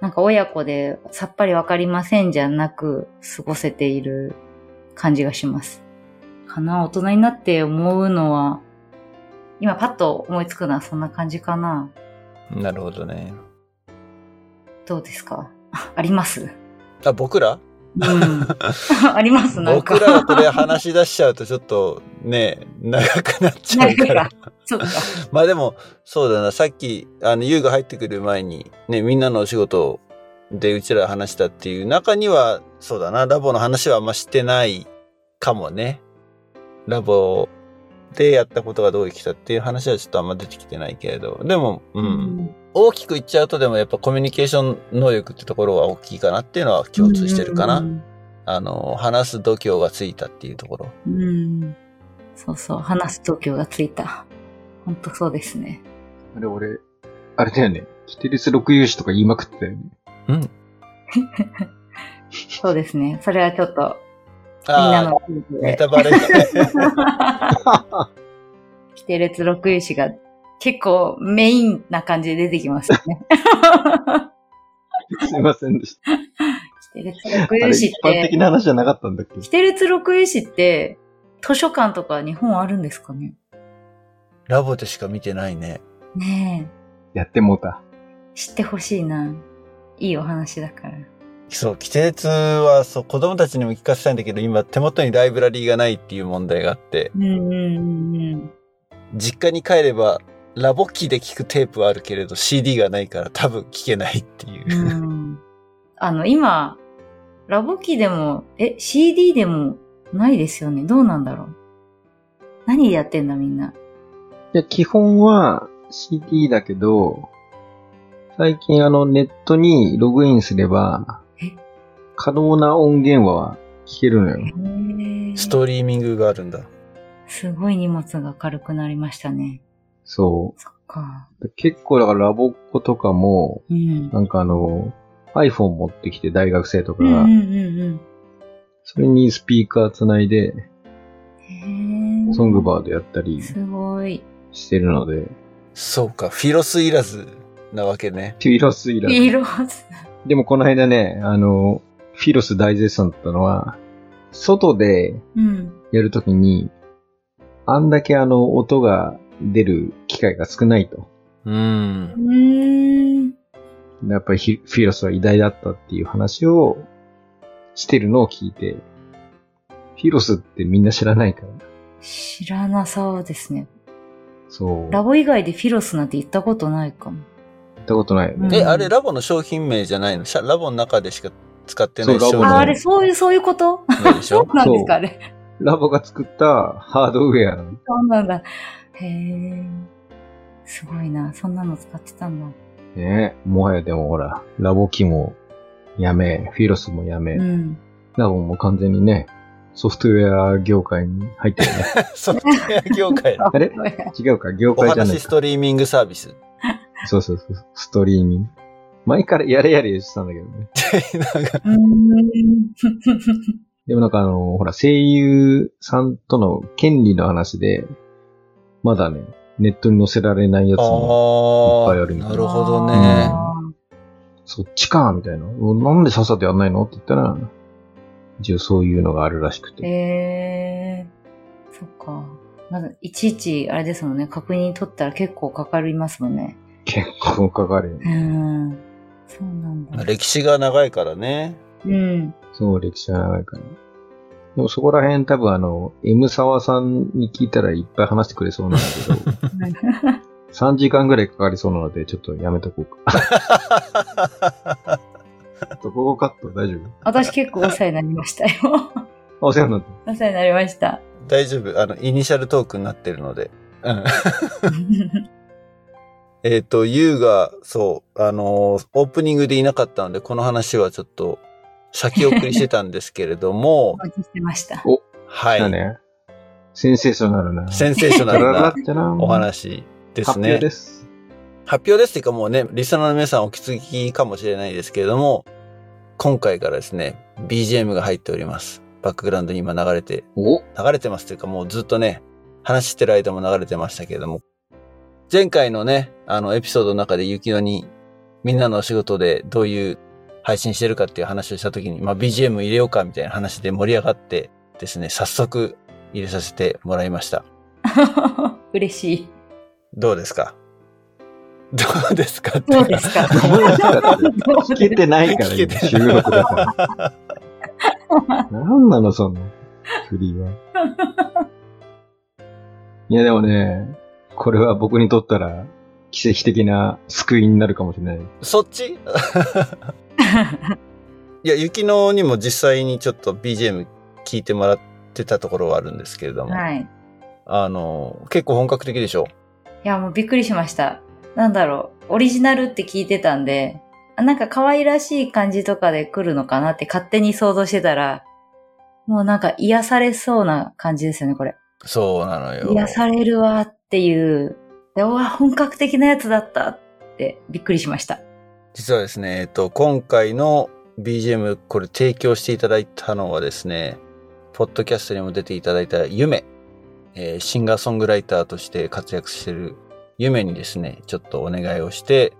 Speaker 2: なんか親子でさっぱりわかりませんじゃなく過ごせている感じがします。かな大人になって思うのは、今パッと思いつくのはそんな感じかな
Speaker 1: なるほどね。
Speaker 2: どうですかああります
Speaker 1: あ、僕ら
Speaker 2: うん。 ありますなんか。
Speaker 1: 僕らがこれ話し出しちゃうとちょっとね、長くなっちゃうか
Speaker 2: なん
Speaker 1: ら
Speaker 2: か。そうか。
Speaker 1: まあでも、そうだな、さっき、あの、優が入ってくる前に、ね、みんなのお仕事でうちら話したっていう中には、そうだな、ラボの話はあんましてないかもね。ラボでやったことがどう生きたっていう話はちょっとあんま出てきてないけれど、でも、うん。大きく言っちゃうとでもやっぱコミュニケーション能力ってところは大きいかなっていうのは共通してるかな。
Speaker 2: うん
Speaker 1: あの、話す度胸がついたっていうところ。
Speaker 2: うん。そうそう。話す度胸がついた。ほんとそうですね。
Speaker 3: あれ、俺、あれだよね。キテレス六勇士とか言いまくってたよね。
Speaker 2: そうですね。それはちょっと、みんな
Speaker 1: あ
Speaker 2: の
Speaker 1: あ、ネタバレ だね。
Speaker 2: 規定列六勇士が結構メインな感じで出てきますよ ね。
Speaker 3: すいませんでした。
Speaker 2: 規定列六
Speaker 3: あれ、
Speaker 2: 勇士っ
Speaker 3: 一般
Speaker 2: て
Speaker 3: 的、な話じゃなかったんだっけ
Speaker 2: 規定列六勇士って図書館とか日本あるんですかね
Speaker 1: ラボでしか見てないね。
Speaker 2: ね
Speaker 3: やってもうた。
Speaker 2: え、知ってほしいな。いいお話だから。
Speaker 1: そう、規定通はそう、子供たちにも聞かせたいんだけど、今手元にライブラリーがないっていう問題があって、
Speaker 2: うんうんうんうん。
Speaker 1: 実家に帰れば、ラボ機で聞くテープはあるけれど、CD がないから多分聞けないっていう。
Speaker 2: うんあの、今、ラボ機でも、え、CD でもないですよね。どうなんだろう。何やってんだみんな。
Speaker 3: いや、基本は CD だけど、最近あの、ネットにログインすれば
Speaker 2: え、
Speaker 3: 可能な音源は聞けるのよ。
Speaker 1: ストリーミングがあるんだ。
Speaker 2: すごい荷物が軽くなりましたね。
Speaker 3: そ
Speaker 2: そっか。
Speaker 3: う。結構だからラボっ子とかも、
Speaker 2: うん。
Speaker 3: なんかあの、iPhone 持ってきて大学生とか
Speaker 2: うんうん
Speaker 3: が、
Speaker 2: うん
Speaker 3: それにスピーカーつないで、
Speaker 2: うん。へえ。
Speaker 3: ソングバードやったり
Speaker 2: すごい。
Speaker 3: してるので、
Speaker 1: そうか、フィロスいらずなわけね。
Speaker 3: フィロスイラ
Speaker 2: フィロス。
Speaker 3: でもこの間ね、あの、フィロス大絶賛だったのは、外で
Speaker 2: うん。
Speaker 3: やるときに、あんだけあの、音が出る機会が少ないと。
Speaker 1: うん
Speaker 2: う。ーん。
Speaker 3: やっぱりヒフィロスは偉大だったっていう話をしてるのを聞いて、フィロスってみんな知らないから。
Speaker 2: 知らなそうですね。
Speaker 3: そう。
Speaker 2: ラ
Speaker 3: 行
Speaker 2: ボ以外でフィロスなんて行ったことないかも。
Speaker 3: ったことないよね。
Speaker 1: え、
Speaker 2: うん
Speaker 1: あれラボの商品名じゃないのしゃラボの中でしか使ってない
Speaker 3: そう
Speaker 1: 商品
Speaker 3: ラボの
Speaker 2: あ、あれ、そういう、そういうこと
Speaker 1: 名でし ょ
Speaker 2: なんですか、あれ。
Speaker 3: ラボが作ったハードウェアなの
Speaker 2: そうなんだ。へえ。すごいな。そんなの使ってたんだ。
Speaker 3: ねもはやでもほら、ラボ機もやめ、フィロスもや め、
Speaker 2: うん。
Speaker 3: ラボも完全にね、ソフトウェア業界に入ってる ね。
Speaker 1: ソフトウェア業界の
Speaker 3: あれ違うか、 業
Speaker 1: お
Speaker 3: 界じゃな
Speaker 1: 話
Speaker 3: い
Speaker 1: ス
Speaker 3: か。
Speaker 1: トリーミングサービ ス。
Speaker 3: そうそうそう、ストリーミング。前からやれやれ言ってたんだけどね。
Speaker 1: なんか
Speaker 2: うーん。
Speaker 3: でもなんかあの、ほら、声優さんとの権利の話で、まだね、ネットに載せられないやつ
Speaker 1: あ
Speaker 3: も、
Speaker 1: ー
Speaker 3: いっぱいあるみたい
Speaker 1: な
Speaker 3: な
Speaker 1: るほどね。
Speaker 2: あ
Speaker 3: そっちかみたいな。おなんでさっさとやんないのって言ったら、一応そういうのがあるらしく
Speaker 2: ー
Speaker 3: て。
Speaker 2: へえ。そっか。まず、いちいち、あれですもんね。確認取ったら結構かかりますもんね。
Speaker 3: 結構かかるよね
Speaker 2: う。ーん。そうなんだ。
Speaker 1: 歴史が長いからね。
Speaker 2: うん。
Speaker 3: そう、歴史が長いから。でもそこら辺多分あの、M 沢さんに聞いたらいっぱい話してくれそうなん だけど、3時間ぐらいかかりそうなので、ちょっとやめとこうか。あとここカット大丈
Speaker 2: 私結構お世話になりましたよ。
Speaker 3: 夫あ、お世話になった。
Speaker 2: お世話になりました。
Speaker 1: 大丈夫。あの、イニシャルトークになってるので。うん。えっと、ゆうが、そう、あのーオープニングでいなかったので、この話はちょっと先送りしてたんですけれども
Speaker 2: お、待ちしてました。
Speaker 1: は
Speaker 3: だ
Speaker 1: い。
Speaker 3: ね。センセーショナルな。
Speaker 1: センセーショナ
Speaker 3: ラ
Speaker 1: ル
Speaker 3: ララ っ
Speaker 1: な
Speaker 3: てな。
Speaker 1: お話で
Speaker 3: 発
Speaker 1: す
Speaker 3: 表
Speaker 1: ね
Speaker 3: で。す。
Speaker 1: 発表ですっていうかもうね、リスナーの皆さんお気づきかもしれないですけれども、今回からですね、BGM が入っております。バックグラウンドに今流れて、
Speaker 3: お
Speaker 1: 流れてますというかもうずっとね、話してる間も流れてましたけれども、前回のね、あのエピソードの中で雪乃にみんなのお仕事でどういう配信してるかっていう話をした時に、まあ BGM 入れようかみたいな話で盛り上がってですね、早速入れさせてもらいました。
Speaker 2: 嬉しい。
Speaker 1: どうですかどうですかって
Speaker 2: どうですか
Speaker 3: 思い出 したって聞けてないから、
Speaker 1: 聞けて
Speaker 3: 今
Speaker 1: ない
Speaker 3: 収録だから。なんなの、その、振りは。いや、でもね、これは僕にとったら、奇跡的な救いになるかもしれない。
Speaker 1: そっちいや、雪乃にも実際にちょっと BGM 聞いてもらってたところはあるんですけれども、
Speaker 2: はい。い
Speaker 1: あの、結構本格的でしょ
Speaker 2: や、もうびっくりしました。なんだろう。オリジナルって聞いてたんで、あなんか可愛らしい感じとかで来るのかなって勝手に想像してたら、もうなんか癒されそうな感じですよね、これ。
Speaker 1: そうなのよ。
Speaker 2: 癒されるわっていう。で、うわ、本格的なやつだったってびっくりしました。
Speaker 1: 実はですね、えっと、今回の BGM、これ提供していただいたのはですね、ポッドキャストにも出ていただいた夢、えーシンガーソングライターとして活躍している夢にですね、ちょっとお願いをして、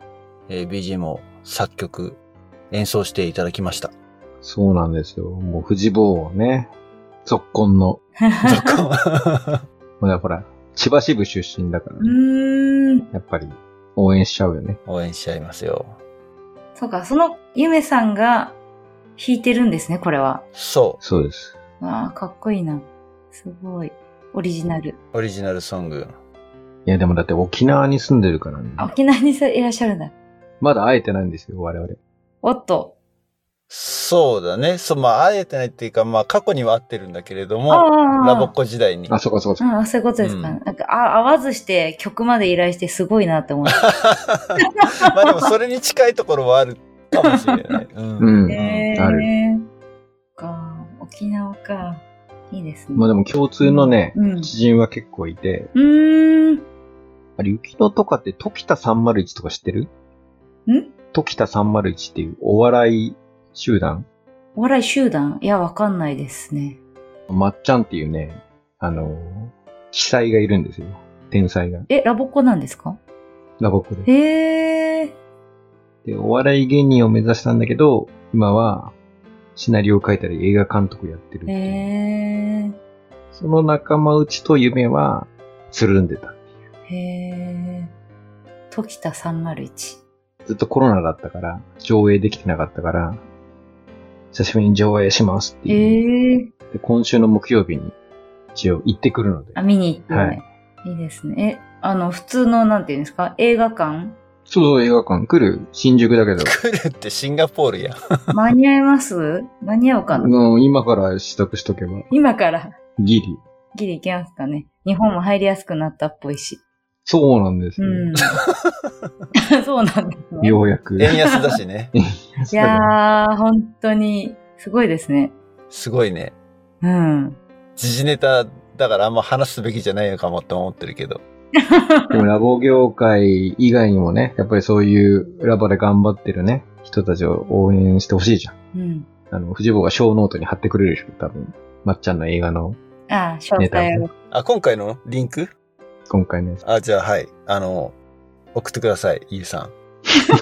Speaker 1: えー BGM を作曲、演奏していただきました。
Speaker 3: そうなんですよ。もう、藤坊をね、続婚の、
Speaker 1: そこ
Speaker 3: ほら、ほら、千葉支部出身だから
Speaker 2: う
Speaker 3: ね、
Speaker 2: ーん。
Speaker 3: やっぱり、応援しちゃうよね。
Speaker 1: 応援しちゃいますよ。
Speaker 2: そうか、そのゆめさんが弾いてるんですね、これは。
Speaker 1: そ
Speaker 3: そうです。
Speaker 2: わあ、かっこいいな。すごい。オリジナル。
Speaker 1: う、オリジナルソング。
Speaker 3: いや、でもだって沖縄に住んでるからね。
Speaker 2: あ、沖縄にさいらっしゃるんだ。
Speaker 3: まだ会えてないんですよ、我々。
Speaker 2: おっと。
Speaker 1: そうだね。そう、まあ、会えてないっていうか、まあ、過去には会ってるんだけれど
Speaker 2: あ
Speaker 1: も、
Speaker 2: あ。
Speaker 1: ラボっ子時代に。
Speaker 3: あ、そうかそうかそうか。
Speaker 2: ああ、そういうことですか。
Speaker 1: うん
Speaker 2: なんか、あ、合わずして曲まで依頼してすごいなって思って。
Speaker 1: まあでもそれに近いところはあるかもしれない。うん。
Speaker 3: うん
Speaker 2: へ
Speaker 3: ある
Speaker 2: そっか、沖縄か。いいですね。
Speaker 3: まあでも共通のね、
Speaker 2: うん。う
Speaker 3: 知人は結構いて、
Speaker 2: ーん。
Speaker 3: あれ、雪乃とかって、時田301とか知ってる
Speaker 2: ん
Speaker 3: 時田301っていうお笑い集団、
Speaker 2: お笑い集団いや、わかんないですね。
Speaker 3: まっちゃんっていうね、あの、奇才がいるんですよ。天才が。
Speaker 2: え、ラボっ子なんですか
Speaker 3: ラボコで。
Speaker 2: へえ。
Speaker 3: で、お笑い芸人を目指したんだけど、今は、シナリオを書いたり映画監督やってるって
Speaker 2: へ
Speaker 3: いう。
Speaker 2: え。
Speaker 3: その仲間内と夢は、つるんでた。
Speaker 2: へえ。時田301。
Speaker 3: ずっとコロナだったから、上映できてなかったから、久しぶりに上映しますって
Speaker 2: へ
Speaker 3: いう。
Speaker 2: え。
Speaker 3: で今週の木曜日に一応行ってくるので。
Speaker 2: あ、見に行って、ね。
Speaker 3: はい
Speaker 2: いですね。え、あの、普通の、なんていうんですか映画館
Speaker 3: そうそう、映画館来る新宿だけど、
Speaker 1: 来るってシンガポールや。
Speaker 2: 間に合います間に合うかな
Speaker 3: うん今から取得しとけば、
Speaker 2: 今から、
Speaker 3: ギリ。
Speaker 2: ギリ行けますかね。日本も入りやすくなったっぽいし。
Speaker 3: そうなんです
Speaker 2: う
Speaker 3: よ、
Speaker 2: ん。 そうなんですね。
Speaker 3: ようやく。
Speaker 1: 円安だしね。
Speaker 2: いやー、本当に、すごいですね。
Speaker 1: すごいね。
Speaker 2: うん。
Speaker 1: 時事ネタだからあんま話すべきじゃないのかもって思ってるけど。
Speaker 3: でもラボ業界以外にもね、やっぱりそういうラボで頑張ってるね、人たちを応援してほしいじゃん。
Speaker 2: うん。
Speaker 3: あの、藤坊が小ノートに貼ってくれるでしょ、多分。まっちゃんの映画の、
Speaker 2: ああ、詳細を。
Speaker 1: あ、今回のリンク
Speaker 3: 今回のやつ。
Speaker 1: あ、じゃあはい。あの、送ってください、ゆうさん。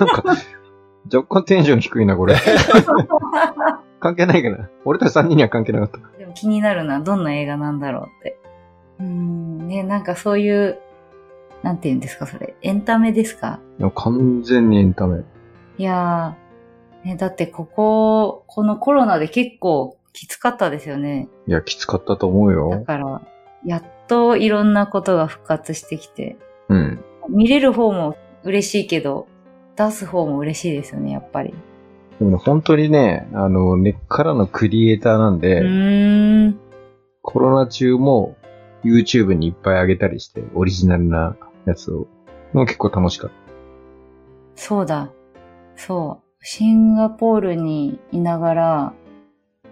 Speaker 3: なんか、若干テンション低いな、これ。関係ないかな。俺たち3人には関係なかった。
Speaker 2: でも気になるな。どんな映画なんだろうって。うーん。ね、なんかそういう、なんて言うんですか、それ。エンタメですか
Speaker 3: でも完全にエンタメ。
Speaker 2: いやー、ね、だってここ、このコロナで結構きつかったですよね。
Speaker 3: いや、きつかったと思う
Speaker 2: だ
Speaker 3: よ。
Speaker 2: から、やっといろんなことが復活してきて、
Speaker 3: うん。
Speaker 2: 見れる方も嬉しいけど、出す方も嬉しいですよね、やっぱり。
Speaker 3: でもね、本当にね、あの、根っからのクリエイターなんで、
Speaker 2: うーん。
Speaker 3: コロナ中も YouTube にいっぱい上げたりして、オリジナルなやつを。でも結構楽しかっ
Speaker 2: そうだ。そう。シンガポールにいながら、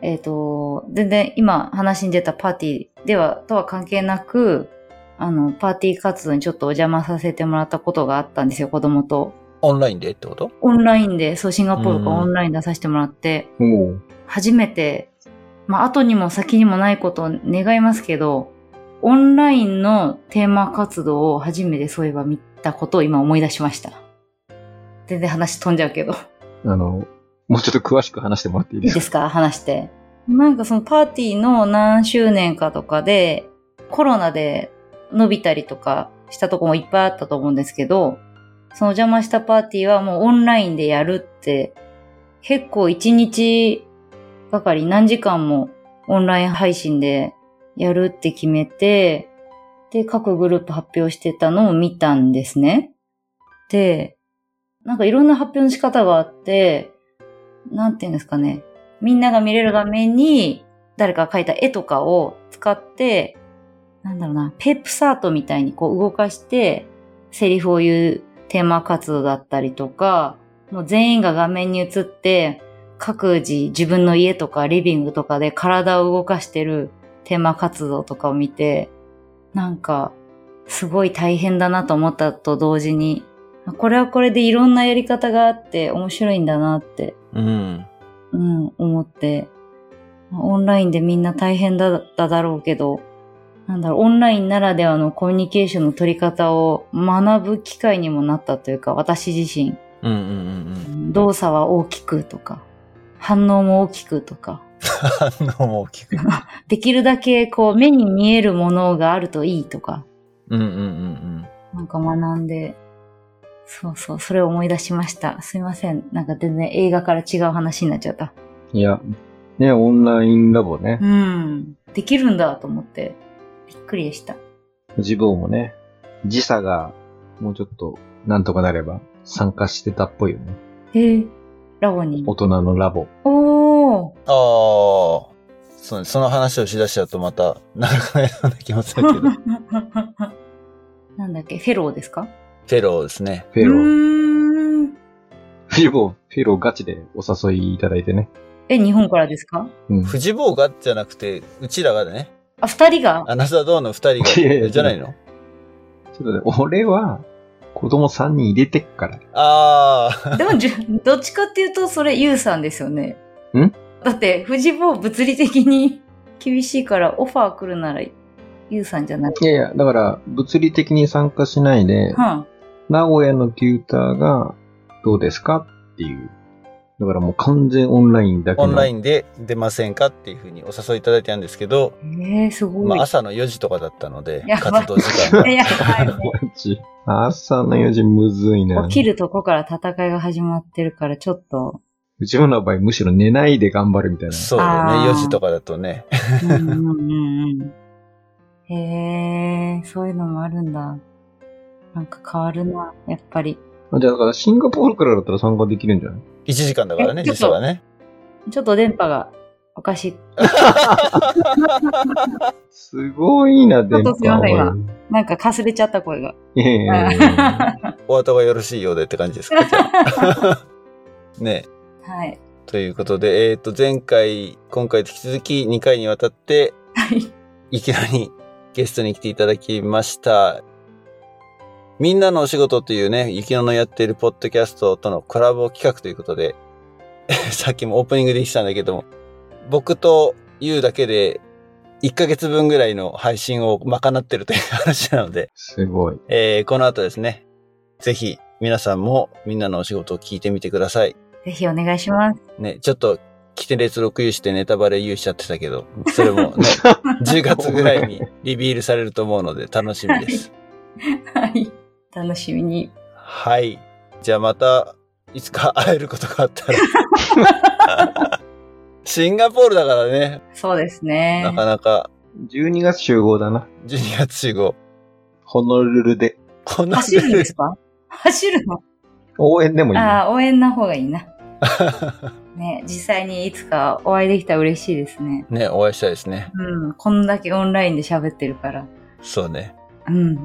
Speaker 2: えっ、と、全然今話に出たパーティーでは、とは関係なく、あの、パーティー活動にちょっとお邪魔させてもらったことがあったんですよ、子供と。
Speaker 1: オンラインでってこと
Speaker 2: オンラインで、そう、シンガポールから
Speaker 1: うん
Speaker 2: オンライン出させてもらって、
Speaker 3: た。おお。
Speaker 2: 初めて、まあ、後にも先にもないことを願いますけど、オンラインのテーマ活動を初めてそういえば見たことを今思い出しました。全然話飛んじゃうけど。
Speaker 3: あの、もうちょっと詳しく話してもらっていい
Speaker 2: い
Speaker 3: で
Speaker 2: い
Speaker 3: すか
Speaker 2: ですか話して。なんかそのパーティーの何周年かとかで、コロナで伸びたりとかしたとこもいっぱいあったと思うんですけど、その邪魔したパーティーはもうオンラインでやるって、結構一日ばかり何時間もオンライン配信でやるって決めて、で、各グループ発表してたのを見たんですね。で、なんかいろんな発表の仕方があって、なんていうんですかね。みんなが見れる画面に誰かが描いた絵とかを使って、なんだろうな、ペップサートみたいにこう動かして、セリフを言うテーマ活動だったりとか、もう全員が画面に映って、各自自分の家とかリビングとかで体を動かしてるテーマ活動とかを見て、なんか、すごい大変だなと思ったと同時に、あこれはこれでいろんなやり方があって面白いんだなって
Speaker 1: うん。
Speaker 2: うん、思って、まあオンラインでみんな大変だっただろうけど、なんだろう、オンラインならではのコミュニケーションの取り方を学ぶ機会にもなったというか、私自身、
Speaker 1: うんうん うん
Speaker 2: 動作は大きくとか、反応も大きくとか、
Speaker 1: うん。反応も大きく。
Speaker 2: できるだけこう目に見えるものがあるといいとか、
Speaker 1: うんうんうん
Speaker 2: なんか学んで、そうそう、それを思い出しました。すいません。なんか全然映画から違う話になっちゃった。
Speaker 3: いや、ね、オンラインラボね
Speaker 2: う。ん。できるんだと思って、びっくりでした。
Speaker 3: 自分もね、時差がもうちょっとなんとかなれば参加してたっぽいよね。
Speaker 2: えー、ラボに。
Speaker 3: 大人のラボ。
Speaker 2: おお
Speaker 1: うん。ああ。そうね。その話をしだしちゃうとまた長くなりそうな気もする けど。
Speaker 2: なんだっけ、フェローですか
Speaker 1: フェローですね。
Speaker 3: フェ
Speaker 2: う
Speaker 3: ロー。
Speaker 2: ーん
Speaker 3: フェロー、フェローガチでお誘いいただいてね。
Speaker 2: え、日本からですか
Speaker 3: うん。
Speaker 1: フジボーがじゃなくて、うちらがだね。
Speaker 2: あ、二 人が
Speaker 1: アナザードーンの二人
Speaker 3: いやいや
Speaker 1: が。じゃないの
Speaker 3: ちょっとね、俺は、子供3人入れてっから。
Speaker 1: ああ。
Speaker 2: でもじゅ、どっちかっていうと、それ、ユウさんですよね。
Speaker 3: ん
Speaker 2: だって、藤坊物理的に 厳しいから、オファー来るなら、ユウさんじゃなくて。
Speaker 3: いやいや、だから、物理的に参加しないで、
Speaker 2: は
Speaker 3: 名古屋の牛ターが、どうですかっていう。だからもう完全オンラインだけ
Speaker 1: オンライ
Speaker 3: ン。
Speaker 1: ンで出ませんかっていうふうにお誘いいただいたんですけど、
Speaker 2: あ、えー、すごい。
Speaker 1: まあ朝の4時とかだったので
Speaker 2: や、ばい
Speaker 1: 活動時 間が。
Speaker 2: えやばいね
Speaker 3: マジ朝の4時むずいな
Speaker 2: 起。きるとこから戦いが始まってるから、ちょっと。
Speaker 3: 自分の場合むしろ寝ないで頑張るみたいな。
Speaker 1: そうだ
Speaker 2: あ
Speaker 1: ね、
Speaker 2: ー
Speaker 1: 4時とかだとね。
Speaker 2: うんうんうんうん。へえ、そういうのもあるんだ。なんか変わるな、やっぱり。
Speaker 3: じゃあだからシンガポールからだったら参加できるんじゃない
Speaker 1: 1時間だからね、
Speaker 2: えちょっ
Speaker 1: 実
Speaker 2: と
Speaker 1: 際はね。
Speaker 2: ちょっと電波がおかしい。
Speaker 3: すごいな、
Speaker 2: ちょ
Speaker 3: 電
Speaker 2: っ
Speaker 3: 波
Speaker 2: とすいません今なんかかすれちゃった声が。
Speaker 3: いやいや いや
Speaker 1: お後がよろしいようでって感じですかじゃあね
Speaker 2: はい。
Speaker 1: ということで、えっ、と、前回、今回と引き続き2回にわたって、
Speaker 2: はい。
Speaker 1: いきなり ゲストに来ていただきました。みんなのお仕事というね、ゆきののやっているポッドキャストとのコラボ企画ということで、 さっきもオープニングで言ってたんだけども、僕とゆうだけで1ヶ月分ぐらいの配信を賄ってるという話なので、
Speaker 3: すごい。
Speaker 1: えーこの後ですね、ぜひ皆さんもみんなのお仕事を聞いてみてください。
Speaker 2: ぜひお願いします。
Speaker 1: ね、ちょっと、キテレツ6優してネタバレ優しちゃってたけど、それもね、10月ぐらいにリビールされると思うので楽しみです。
Speaker 2: はい。楽しみに。
Speaker 1: はい。じゃあまた、いつか会えることがあったら。 シンガポールだからね、
Speaker 2: そうですね。
Speaker 1: なかなか
Speaker 3: 12月集合だな。
Speaker 1: 12月集合。
Speaker 3: ホノルルで。
Speaker 1: こんな
Speaker 2: 走るんですか走るの
Speaker 3: 応援でもいいよ。
Speaker 2: ああ、応援な方がいいな。ね、実際にいつかお会いできたら嬉しいですね。
Speaker 1: ね、お会いしたいですね。
Speaker 2: うん。こんだけオンラインで喋ってるから。
Speaker 1: そうね。
Speaker 2: うん。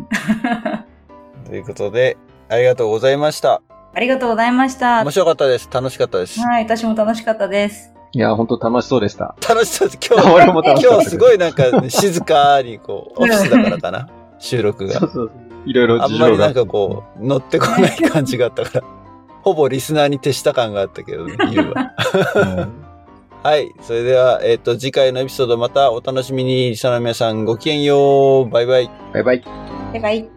Speaker 1: ということで、ありがとうございました。
Speaker 2: ありがとうございました。
Speaker 1: 面白かったです。楽しかったです。
Speaker 2: はい、私も楽しかったです。
Speaker 3: いや、本当楽しそうでした。
Speaker 1: 楽しそうです。 今日、
Speaker 3: 俺も楽しか
Speaker 1: 今
Speaker 3: っ
Speaker 1: 日
Speaker 3: た
Speaker 1: す
Speaker 3: けど。
Speaker 1: ごいなんか静かにこう、オフィスだからかな。収録
Speaker 3: そう
Speaker 1: が。
Speaker 3: そうそう。いろいろ
Speaker 1: あん
Speaker 3: 事
Speaker 1: ま
Speaker 3: 情
Speaker 1: り
Speaker 3: があ
Speaker 1: なん
Speaker 3: って。
Speaker 1: かこう、乗ってこない感 じがあったから。ほぼリスナーに徹した感があったけどね、言うは。
Speaker 3: うん
Speaker 1: はい。それでは、えっ、と、次回のエピソードまたお楽しみに。リサの皆さんごきげんよう。バイバイ。
Speaker 3: バイバイ。
Speaker 4: バイバイ。